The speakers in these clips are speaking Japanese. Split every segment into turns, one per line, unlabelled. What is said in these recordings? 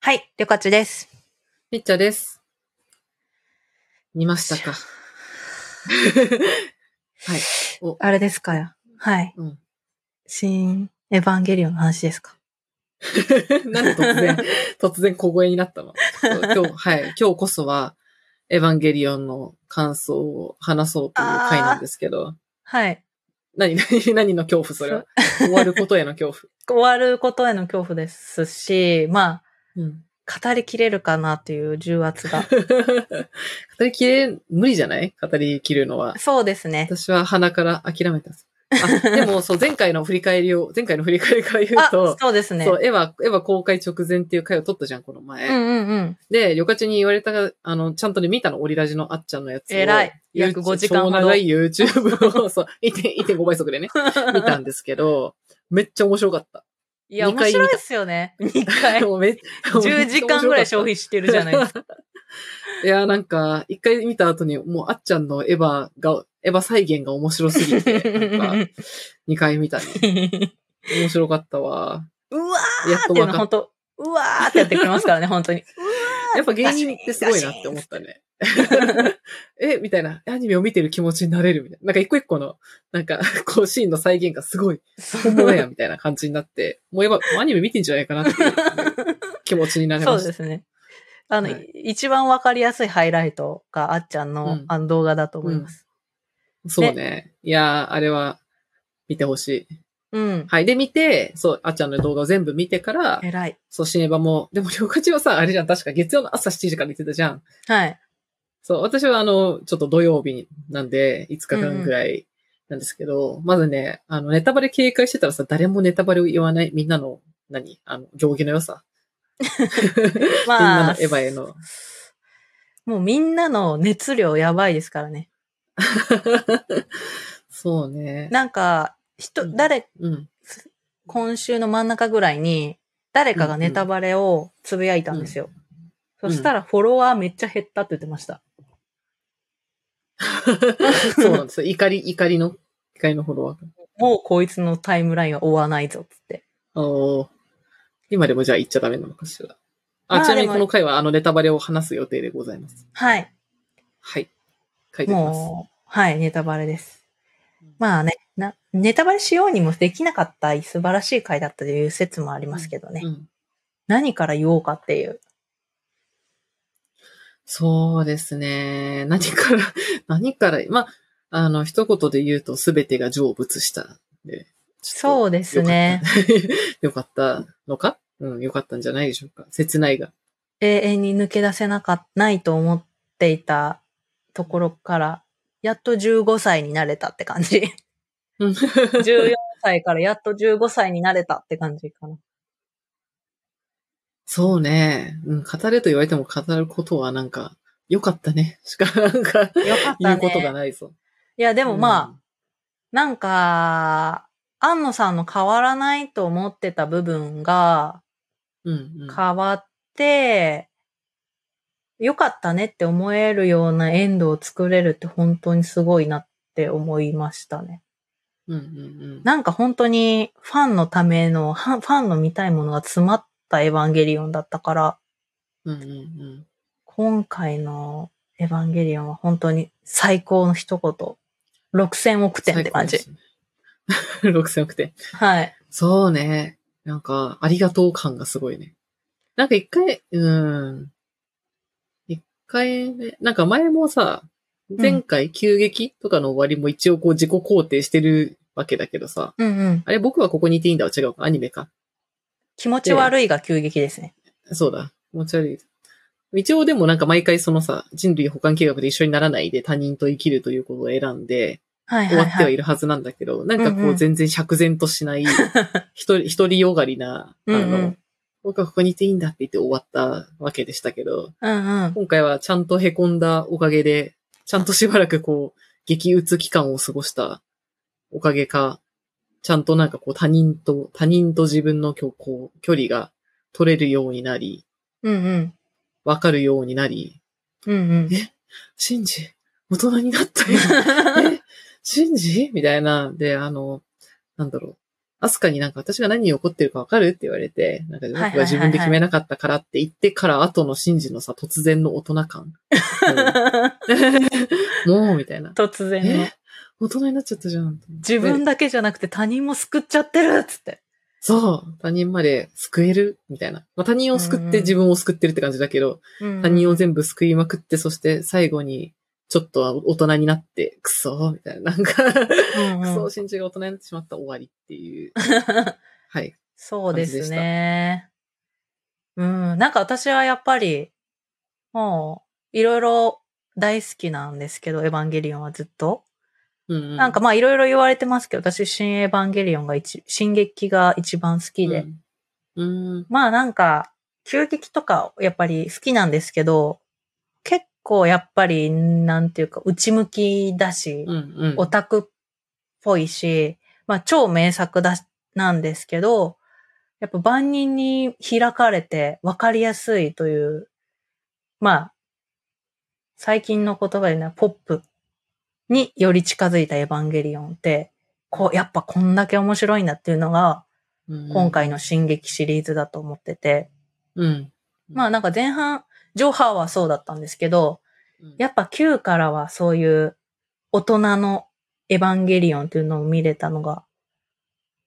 はい、りょかちです。
ピッチャーです。見ましたか。はい。お、
あれですかはい。
うん。
新エヴァンゲリオンの話ですか
なんで突然、突然小声になったのちょっと 今日、はい。今日こそは、エヴァンゲリオンの感想を話そうという回なんですけど、
はい。
何、何、 何の恐怖それは。終わることへの恐
終
怖。
わることへの恐怖ですし、ま
うん。
あ、語りきれるかなっていう重圧 が。
語りきれ、無理じゃない語りきるのは。
そうですね。
私は鼻から諦めた。あ、でも、そう、前回の振り返りを、前回の振り返りから言う
あ、
と、
そうですね。
そうう、絵は、絵は公開直前っていう回を撮ったじゃん、この前。
んうんうん。
で、旅客中に言われたが、あの、ちゃんとね、見たの、オリラジのあっちゃんのやつを。
偉い
YouTube-
約5時間ほど
超長い YouTube を、 そう、1.5 1.5倍 速でね、見たんですけど、めっちゃ面白かった。
いや、
二
面
回見た
白いですよね。2回。
も うめっ
10時間ぐらい消
費
費してるじゃないですか。
いや、なんか、一回見た後に、もうあっちゃんのエヴァが、エヴァ再現が面白すぎて、なん か、2回見たね。面白かったわ。
うわ
やっ
ー
と
っていう
わ
の
か
本
っ
当うわーってやってくれますからね、本当に。
た。 やっぱ芸人ってすごいなって思ったね。 え、みたいな。アニメを見てる気持ちになれるみたいな。なんか一個一個の、なんか、 こうシーンの再現がすごい、本 物や、みたいな感じになって、もう今、アニメ見てんじゃないかなっていう気持ちになれ
そ
ま
う
し
で
た。
すね。あの、
はい
一番わかりやすいハイライトがあっちゃんの,、
うん
あの動画だと思います。
そうね。いやー、あれは、見てほしい。
うん。
はい。で、見て、そう、あっちゃんの動画を全部見てから、
偉い。
そう、シネバも、でも、りょうかちはさ、あれじゃん、確か月曜の朝7時から見てたじゃん。
はい。
そう、私はあの、ちょっと土曜日なんで、5日間ぐらいなんですけど、まずね、あの、ネタバレ警戒してたらさ、誰もネタバレを言わない、みんなの、何あの、行儀の良さ。みんな
ま
の
あ、
エヴァへの。
もうみんなの熱量やばいですからね。
そうね。
なんか、人、
うん
誰、
うん。
今週の真ん中ぐらいに、誰かがネタバレをつぶやいたんですよ。
うん
そしたらフォロワーめっちゃ減ったって言ってました。
そうなんですよ。怒り、怒りの、怒りのフォロワ
もうこいつのタイムラインは追わないぞっつって。
ー。おー今でもじゃあ言っちゃダメなのかしら。
ま
あ、
あ
ちなみに
でも
この回はあのネタバレを話す予定でございます。
はい。
はい。書いておきます。
もう、はい、ネタバレです。まあね、な、ネタバレしようにもできなかった素晴らしい回だったという説もありますけどね。
うん。
何から言おうかっていう。
そうですね。何から、 何から、まあ、あの、一言で言うと、すべてが成仏したんで。う
そうですね。。
よかった よかったのかうん、よかったんじゃないでしょうか。切ないが。
永遠に抜け出せなか、ないと思っていたところから、やっと15歳になれたって感じ。
うん
14歳からやっと15歳になれたって感じかな。
そうね。うん、語れと言われても語ることはなんか、よかったね。しか、なんか、
よかった
言
ね。
うことがないぞ。
いや、で
で
もまあ、なんか、安野さんの変わらないと思ってた部分が
うん、うん、うん。
変わって、良かったねって思えるようなエンドを作れるって本当にすごいなって思いましたね。
うん、うん、
なんか本当にファンのための、ファンファンの見たいものが詰まったエヴァンゲリオンだったから、
うん。うん、うん、うん。
今回のエヴァンゲリオンは本当に最高の一言。6000億点って感じ。
最 高ですね。6000億点。
はい。
そうね。なんか、ありがとう感がすごいね。なんか一回、うーん。一回目、なんか前もさ、前回急激とかの終わりも一応こう自己肯定してるわけだけどさ、
うんうん。
あれ僕はここにいていいんだは違うか、アニメか。
気持ち悪いが急激ですね。
そうだ、気持ち悪い。一応でもなんか毎回そのさ、人類保管計画で一緒にならないで他人と生きるということを選んで、
はい
終
は
わ
い
っては
はい。
いるはずなんだけど、なんか
うん
こ
うん
う全然釈然とし ない、一人、一人よがりな、あ
うんうん
の、僕はここにいていいんだって言って終わったわけでしたけど、
うんうん。
今回はちゃんと凹んだおかげで、ちゃんとしばらくこう、激鬱期間を過ごしたおかげか、ちゃんとなんかこう他人と、他人と自分の距こう距離が取れるようになり、
うんうん。
わかるようになり、
うんうん。
シンジ、大人 になったよ。え、シンジみたいな。で、あの、なんだろう。アスカになんか私が何に怒ってるかわかるって言われて、なんか
は
僕
いはいはい
が
はい
自分で決めなかったからって言ってから後のシンジのさ、突然の大人 感。もう、みたいな。
突然の
え。大人になっちゃったじゃん。
自分だけじゃなくて他人も救っちゃってるっつって。
そう。他人まで救えるみたいな。まあ、他人を救
うん
って自分を救ってるって感じだけど、他人を全部救いまくって、そして最後に、ちょっとは大人になって、クソみたいな。なん か、
うん
ク
うん
ソ、真珠が大人になってしまった終わりっていう。はい。
そうですね。うん。なんか私はやっぱり、もう、いろいろ大好きなんですけど、エヴァンゲリオンはずっと。
うん、
なんかまあいろいろ言われてますけど、私、新エヴァンゲリオンが一、新劇が一番好
い
きで。。
うん。
まあなんか、急激とかやっぱり好きなんですけど、結構やっぱり、なんていうか、内向きだし、
うん。うん。
オタクっぽいし、まあ超名作だ、なんですけど、やっぱ万人に開かれて分かりやすいという、まあ、最近の言葉でね、ポップにより近づいたエヴァンゲリオンって、こう、やっぱこんだけ面白いんだっていうのが、今回の進撃シリーズだと思ってて、
うん。
まあなんか前半、ジョハーはそうだったんですけど、
うん、
やっぱ9からはそういう大人のエヴァンゲリオンっていうのを見れたのが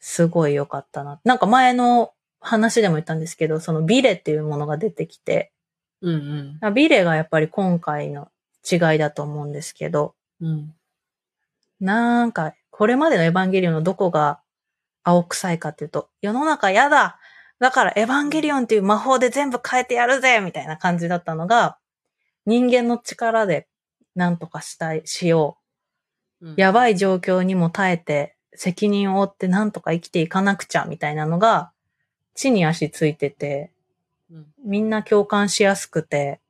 すごい良かったな。なんか前の話でも言ったんですけど、そのビレっていうものが出てきて、
うんうん。
ビレがやっぱり今回の違いだと思うんですけど、
うん。
なんかこれまでのエヴァンゲリオンのどこが青臭いかっていうと、世の中やだだからエヴァンゲリオンっていう魔法で全部変えてやるぜみたいな感じだったのが、人間の力でなんとかしたい、しよう
うん。
やば
い。
い状況にも耐えて、責任を負ってなんとか生きていかなくちゃ、みたいなのが、地に足ついてて、
うん。
みんな共感しやすくて、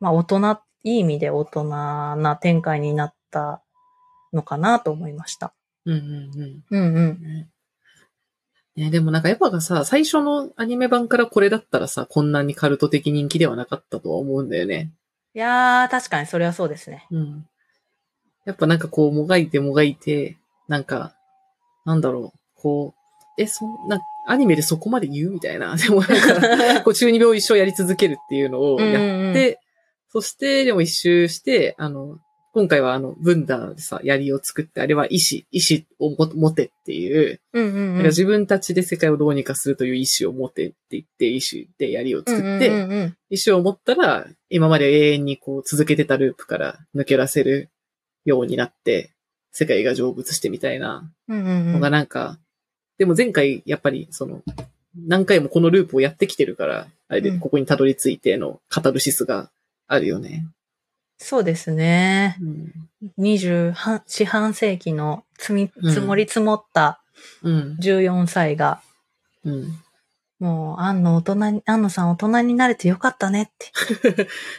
まあ大人、いい意味で大人な展開になったのかなと思いました。
うんうんうん。
うんうん。
ねね、でもなんかエヴァがさ、最初のアニメ版からこれだったらさ、こんなにカルト的人気ではなかったとは思うんだよね。
いやー、確かにそれはそうですね。
うん。やっぱなんかこう、もがいてもがいて、なんか、なんだろう、こう、え、そんな、アニメでそこまで言うみたいな。で もなんか、こう、中二病を一生やり続けるっていうのをやっ
うんうん
て、そして、でも一周して、あの、今回はあの、ブンダーでさ、槍を作って、あれは意志、意志をも持てっていう、
うんうんうん
なんか自分たちで世界をどうにかするという意志を持てって言って、意志で槍を作って、
うんうんうんうん
意志を持ったら、今まで永遠にこう続けてたループから抜け出せるようになって、世界が成仏してみたいな
うんうんう
の
ん
がなんか、でも前回やっぱりその、何回もこのループをやってきてるから、あれ
う
で
ん
ここにたどり着いてのカタルシスがあるよね。
そうですね。
うん。
20半、四半世紀の積み、積もり積もった
うん。
14歳が、
うん。
もう、あんの大人に、あんのさん大人になれてよかったねって。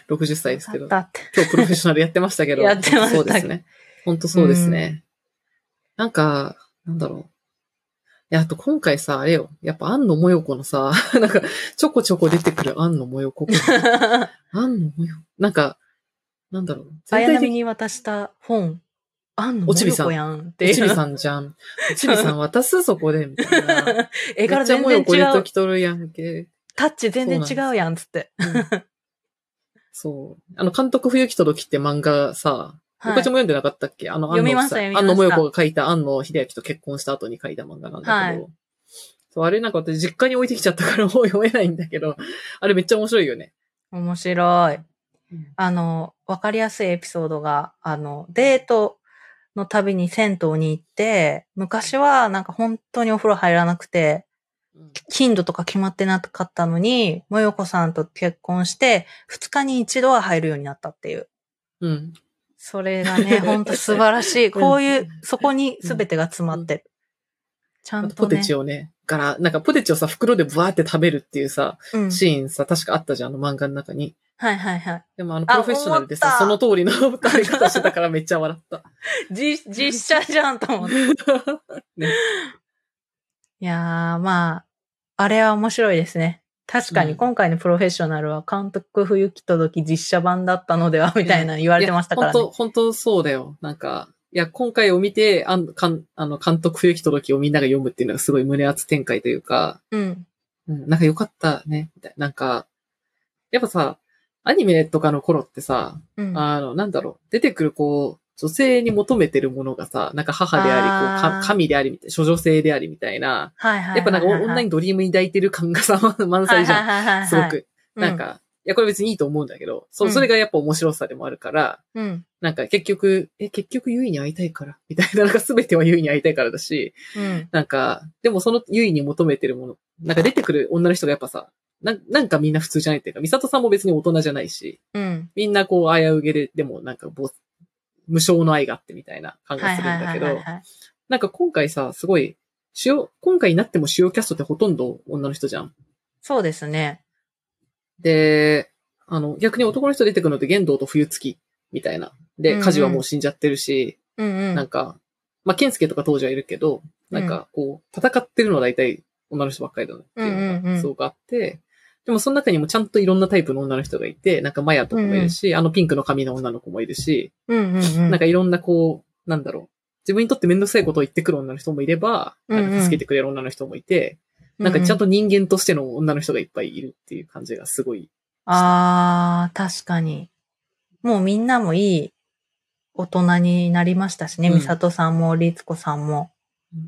60歳ですけ
よ
ど。
かったって。
今日プロフェッショナルやってましたけど。
やってました
そうですね。本当そうですね。なんか、なんだろう。いや、あと今回さ、あれよ。やっぱ、安野もよこのさ、 なんか、ちょこちょこ出てくる安野もよこ。安野もよこ。なんか、なんだろう。
綾波
に、
に渡した本、あんの
おちび
も
さ
よ
ん
こやんってい
お
う。
ちびさんじゃん。おちびさん渡す、そこで、みたいな。
絵
め
柄
っちゃ
全
も
然
よこ出
違う
と。きとるやんけ。
タッチ全然違うやん、つって。
そう。あの、監督冬木とどきって漫画さ、
はい
僕たちも読んでなかったっけあの、
読みました
安野さ
読みまし
安野
た
もよこが書いた安野秀明と結婚した後に書いた漫画なんだけど。そう、あれなんか私実家に置いてきちゃったから もう読めないんだけど、あれめっちゃ面白いよね。
面白い
うん。
あの、わかりやすいエピソードが、あの、デートの旅に銭湯に行って、昔はなんか本当にお風呂入らなくて、頻度とか決まってなかったのに、もよこさんと結婚して、2日に一度は入るようになったっていう。
うん。
それが ね、ほんと素晴らしい。こういう、そこに全てが詰まってる。ちゃ
あ
ん
とポ
とね。
テチをね、から、なんかポテチをさ、袋でブワーって食べるっていうさ、
うん。
シーンさ、確かあったじゃん、あの漫画の中に。
はいはいはい。
でもあの、プ
あ
ロフェッショナルでさ、そ
思っ
の通り の 食べ方してたからめっちゃ笑った。
じ実写じゃんと思って。いやー、まあ、あれは面白いですね。確か
う
に
ん
今回のプロフェッショナルは監督冬木とどき実写版だったのではみたいな言われてましたから
いや
ね。
本当本当そうだよ。なんか、いや、今回を見て、あん、かん、あの、監督不行き届きをみんなが読むっていうのがすごい胸熱展開というか、
うん。
うん、なんか良かったね、みたいな。なんか、やっぱさ、アニメとかの頃ってさ、
うん。
あの、なんだろう、出てくるこう、女性に求めてるものがさ、なんか母であり、こう
あ
か、
ー
神でありみたいな、諸女性でありみたいな、
はいはいはいはいはい。
やっぱなんか女にドリームに抱いてる感がさ、 満載じゃん。
ゃ
すご。く。なんか、いや、これ別にいいと思うんだけど、そううんそれがやっぱ面白さでもあるから、
うん。
なんか結局、え、結局ユイに会いたいから、みたいな、なんか 全てはユイに会いたいからだし、
うん。
なんか、でもそのユイに求めてるもの、なんか出てくる女の人がやっぱさ、なんなんかみんな普通じゃないっていうか、ミサトさんも別に大人じゃないし、
うん。
みんなこう危うげで、でもなんかぼ無償の愛があってみたいな感
は
が
い
する
はい
んだ
は
け
いはい
ど、
はい。
なんか今回さ、すごい、主要、今回になっても主要キャストってほとんど女の人じゃん。
そうですね。
で、あの、逆に男の人出てくるのって玄道と冬月みたいな。
うん
で、
うん
カジはもう死んじゃってるし、
うんう
なん
ん。
か、まあ、ケンスケとか当時はいるけど、なんかこう、戦ってるのは大体女の人ばっかりだなっていう
うんう
の
んう
が
ん
すごくあって、でもその中にもちゃんといろんなタイプの女の人がいて、なんかマヤとかもいるし、あのピンクの髪の女の子もいるし、
うんうんうん。
なんかいろんなこう、なんだろう。自分にとってめんどくさいことを言ってくる女の人もいれば、なん
うんう
か
ん
助けてくれる女の人もいて、なんかちゃんと人間としての女の人がいっぱいいるっていう感じがすごい。
ああ、確かに。もうみんなもいい大人になりましたしね、
うん
美里さんも、律子さんも。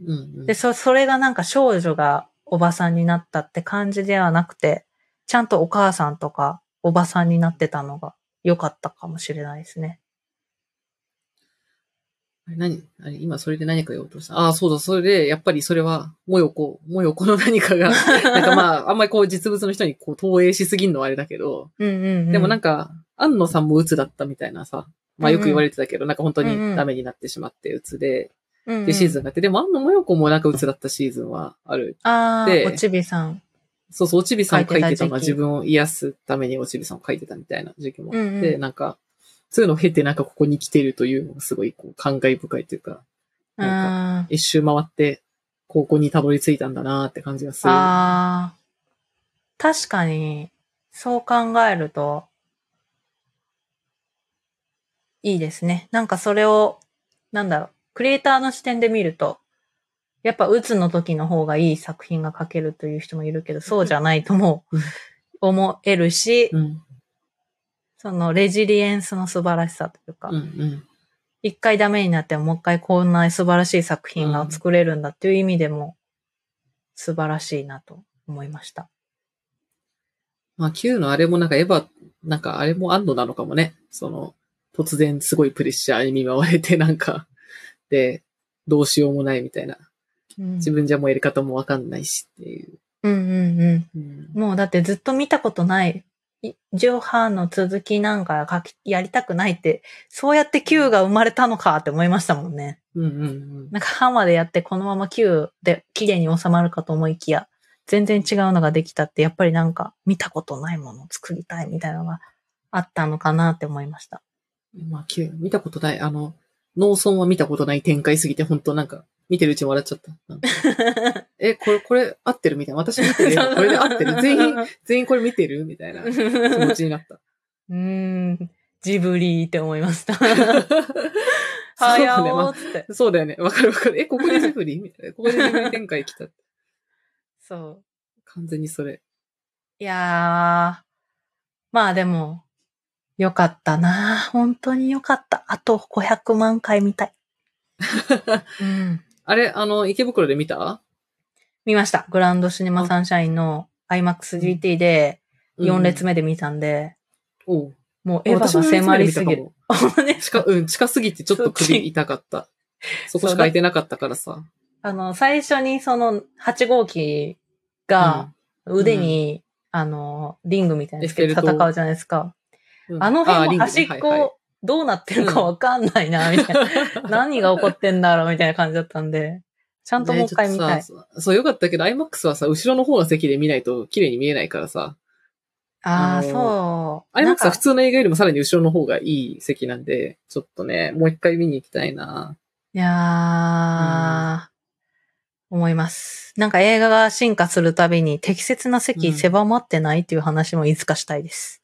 うんうん
で、そ、それがなんか少女がおばさんになったって感じではなくて、ちゃんとお母さんとかおばさんになってたのが良かったかもしれないですね。
あれ何あれ今それで何か言おうとした。ああ、そうだ、それで、やっぱりそれは、もよこ、 もよこの何 かが、なんかまあ、あんまりこう実物の人にこう投影しすぎんのはあれだけど、
うんうん、うん。
でもなん
か、
か、安野さんも鬱だったみたいなさ、まあよく言われてたけど、なんか本当
うんうん
にダメになってしまって鬱で、
うん
っていうシーズンがあって、でも安野もよこもなんか鬱だったシーズンはある。
ああ、
で
おちびさん。
そうそう、おちびさんを書い
書い
て
てた
たのは
時期
自分を癒すためにおちびさんを書いてたみたいな時期もあって、
うんうん
なんか、そういうのを経てなんかここに来てるというのがすごいこう感慨深いというか、
う
なんか
ん。
一周回って、高校にたどり着いたんだなーって感じがする。
ああ、確かに、そう考えると、いいですね。なんかそれを、なんだろう、クリエイターの視点で見ると、やっぱ、うつの時の方がいい作品が書けるという人もいるけど、そうじゃないとも
うん
思えるし、
うん。
そのレジリエンスの素晴らしさというか
うん、うん。
一回ダメになってももう一回こんな素晴らしい作品が作れるんだっていう意味でも、素晴らしいなと思いました。
まあ、Q のあれもなんかエヴァ、なんかあれも安野なのかもね。その、突然すごいプレッシャーに見舞われてなんか、 で、どうしようもないみたいな。
うん
自分じゃもうやり方もわかんないしっていう。
うんうん
うん
うん。もうだってずっと見たことない、いジョハンの続きなんか書き、やりたくないって、そうやって Q が生まれたのかって思いましたもんね。
うんうんうん。
なんかハンマでやってこのまま Q で綺麗に収まるかと思いきや、全然違うのができたって、やっぱりなんか見たことないものを作りたいみたいなのがあったのかなって思いました。
まあ、Q、見たことない。あの、農村は見たことない展開すぎて、本当なんか、見てるうちに笑っちゃった。なんか え、これ、これ合ってるみたいな。私見てるよ。これで合ってる。全員、全員これ見てるみたいな気持ちになった。
うーん、ジブリーって思いました。
そう
は
ね
や
ま
お
あ
ーっつって。
そうだよね。わかるわかる。え、ここでジブリみたいな。 ここでジブリ展開来た。
そう。
完全にそれ。
いやー、まあでも、よかったな本当によかった。あと500万回見た い。うん。
あれ、あの、池袋で見た
見ました。グランドシネマサンシャインの IMAXGT で4列
目。
目で見たんで、
おう
もうエヴァが迫りすぎ。る。
私も四列目で見たかも
ね
近、うん、近すぎてちょっと首痛かった。そこしか空いてなかったからさ。
あの、最初にその8号機が腕に、あの、リングみたいなのつけて
エッフェル塔
戦うじゃないですか。
うんうん
あの
ー
辺も
リングね
端っ
はいはい
こどうなってるかわかんないな、みたいな。何が起こってんだろうみたいな感じだったんで、ちゃんともう一回見たい。
ねちょっとさそう、よかったけど、IMAX はさ、後ろの方の席で見ないと綺麗に見えないからさ、
ああ、
あ
そう。なん
IMAX
か
は普通の映画よりもさらに後ろの方がいい席なんで、ちょっとね、もう一回見に行きたいない
やー、思います。なんか映画が進化するたびに適切な席
うん
狭まってないっていう話もいつかしたいです。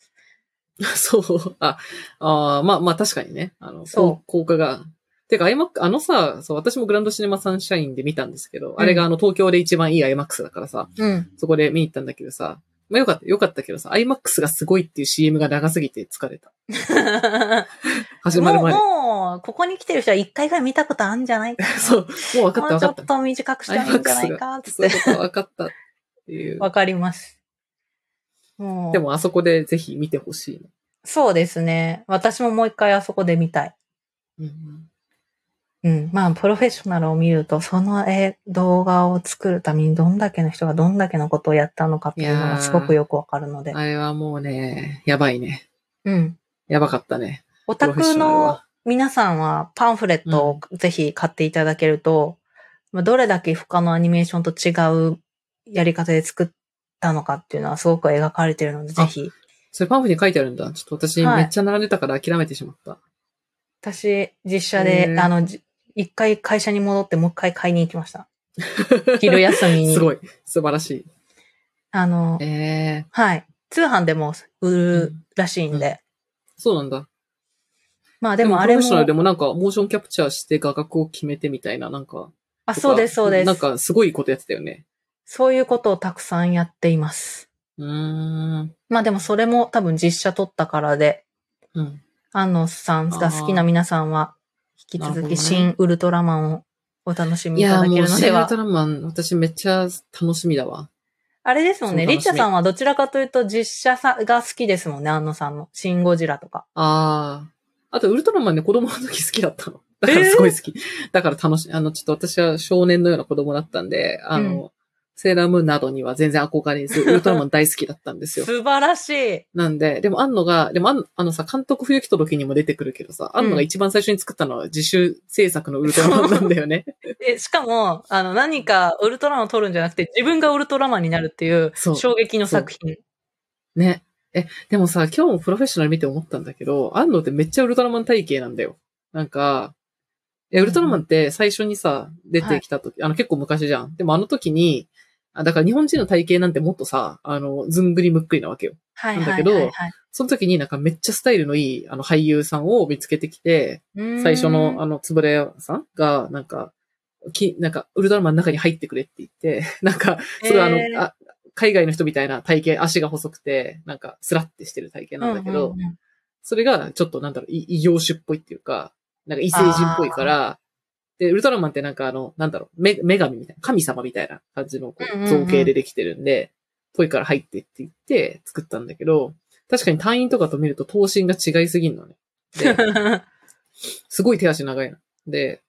そう。あ、あーまあまあ確かにね。あの、
そう
こう。効果がてか、iMac、あのさ、そう、私もグランドシネマサンシャインで見たんですけど、
ん
あれがあの、東京で一番いい iMAX だからさ、
うん。
そこで見に行ったんだけどさ、まあよかった、よかったけどさ、iMAX がすごいっていう CM が長すぎて疲れた。始まる
もう、
前に。
もう、ここに来てる人は一回ぐらい見たことあるんじゃないかな。
そう、もう分かっ
も
た
うちょ
分
っ
かった。
と短くしたらいいんじゃないか、つっ
そういう
て。
こと分かったっていう。
わかります。もう。
でもあそこでぜひ見てほしいね。
そうですね。私ももう一回あそこで見たい。うん。まあ、プロフェッショナルを見ると、そのえ動画を作るためにどんだけの人がどんだけのことをやったのかっていうの
いや
が
ー
すごくよくわかるので。
あれはもうね、やばいね。
うん。
やばかったね。
オ
プ
タ
ロフェッ
ク
ショナル
の
は。
皆さんはパンフレットをぜひ買っていただけると、まあどれだけ他のアニメーションと違うやり方で作ったのかっていうのはすごく描かれてるので、ぜひ。
それパンフに書いてあるんだ。ちょっと私
はい
めっちゃ並んでたから諦めてしまった。
私、実写
へ
で、
ー
あの、じ一回会社に戻ってもう一回買いに行きま した。昼休みに。
すごい。素晴らしい。
あの、
えー、
はい。通販でも売
う
る
ん
らしいんで。
そうなんだ。
まあでもあ
プ
れ
ロフェ
も
ッショナルでもなんか、モーションキャプチャーして画角を決めてみたいな、なんか。
あ、そうです、そうです。
なんか、すごいことやってたよね。
そういうことをたくさんやっています。
うーん。
まあでもそれも多分実写撮ったからで、
うん。
安野さんが好きな皆さんは、引き
なる
続
ほどね
き新ウルトラマンをお楽し
い
みいた
や
だ
ー、
け
もう、
るの
シ
で
ン・ウル
は
ト。ラマン、私めっちゃ楽しみだわ。
あれですもんね。
そう楽しみ
リッチャさんはどちらかというと実写さが好きですもんね。安野さんの。シンゴジラとか。
ああ。あと、ウルトラマンね、子供の時好きだった の。だからすごい好き。だから楽しい。あの、ちょっと私は少年のような子供だったんで、あの、セーラームーンなどには全然憧 れず、ウルトラマン大好きだったんです よ。
素晴らしい。
なんで、でも、あんのが、でもあん、あのさ、監督不行き届きにも出てくるけどさ、あんのが一番最初に作ったのは自主制作のウルトラマンなんだよね。
で、しかも、あの、何かウルトラマンを撮るんじゃなくて、自分がウルトラマンになるっていう、
そう
衝撃の作品。
ね。え、でもさ、今日もプロフェッショナル見て思ったんだけど、安野ってめっちゃウルトラマン体型なんだよ。なんか、え、ウルトラマンって最初にさ、出てきた時、あの結構昔じゃん。でもあの時に、あだから日本人の体型なんてもっとさ、あの、ずんぐりむっくりなわけよ。
はい
なん
は
だけ
い
ど
はい、はい。
その時になんかめっちゃスタイルのいい、あの俳優さんを見つけてきて、最初のあの、つぶれ屋さんが、なんか、き、なんか、ウルトラマンの中に入ってくれって言って、 なんか、すごいあの、
へー
あ海外の人みたいな体型、足が細くて、なんか、スラってしてる体型なんだけど、
うんうんうん
それが、ちょっとなんだろう、い異業種っぽいっていうか、なんか異星人っぽいから、で、ウルトラマンってなんかあの、なんだろう、め女神みたいな、神様みたいな感じのこ
うんうんう
うん造形でできてるんで、ぽいから入ってって言って作ったんだけど、確かに隊員とかと見ると頭身が違いすぎるのね。 で、すごい手足長いの。で、っ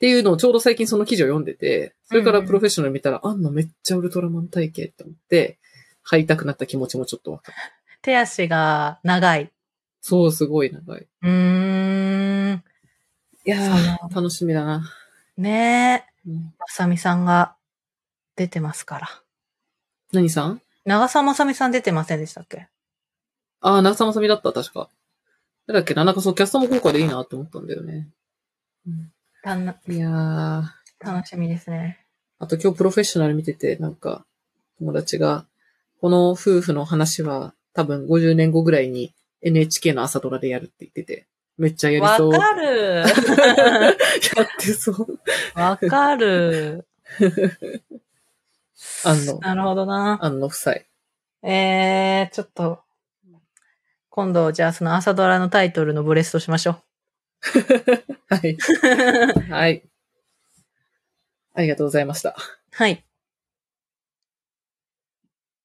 ていうのをちょうど最近その記事を読んでて、それからプロフェッショナル見たら、あんのめっちゃウルトラマン体型って思って、買いたくなった気持ちもちょっとわかる。
手足が長い。
そう、すごい長い。
うーん。
いや
そ
ー、楽しみだな。
ねえ、
うん
まさみさんが出てますから。
何さん
長澤まさみさん出てませんでしたっけ
あー、長澤まさみだった、確か。だっけな、なんかそう、キャストも豪華でいいなって思ったんだよね。
たの
いやー、
楽しみですね。
あと今日プロフェッショナル見てて、なんか、友達が、この夫婦の話は多分50年後ぐらいに NHK の朝ドラでやるって言ってて、めっちゃやり
わ
そう。
かる
やってそう。
わかる
あの
なるほどな。
あの夫妻。
えー、ちょっと、今度、じゃあその朝ドラのタイトルのブレストしましょう。
はい。はい。ありがとうございました。
はい。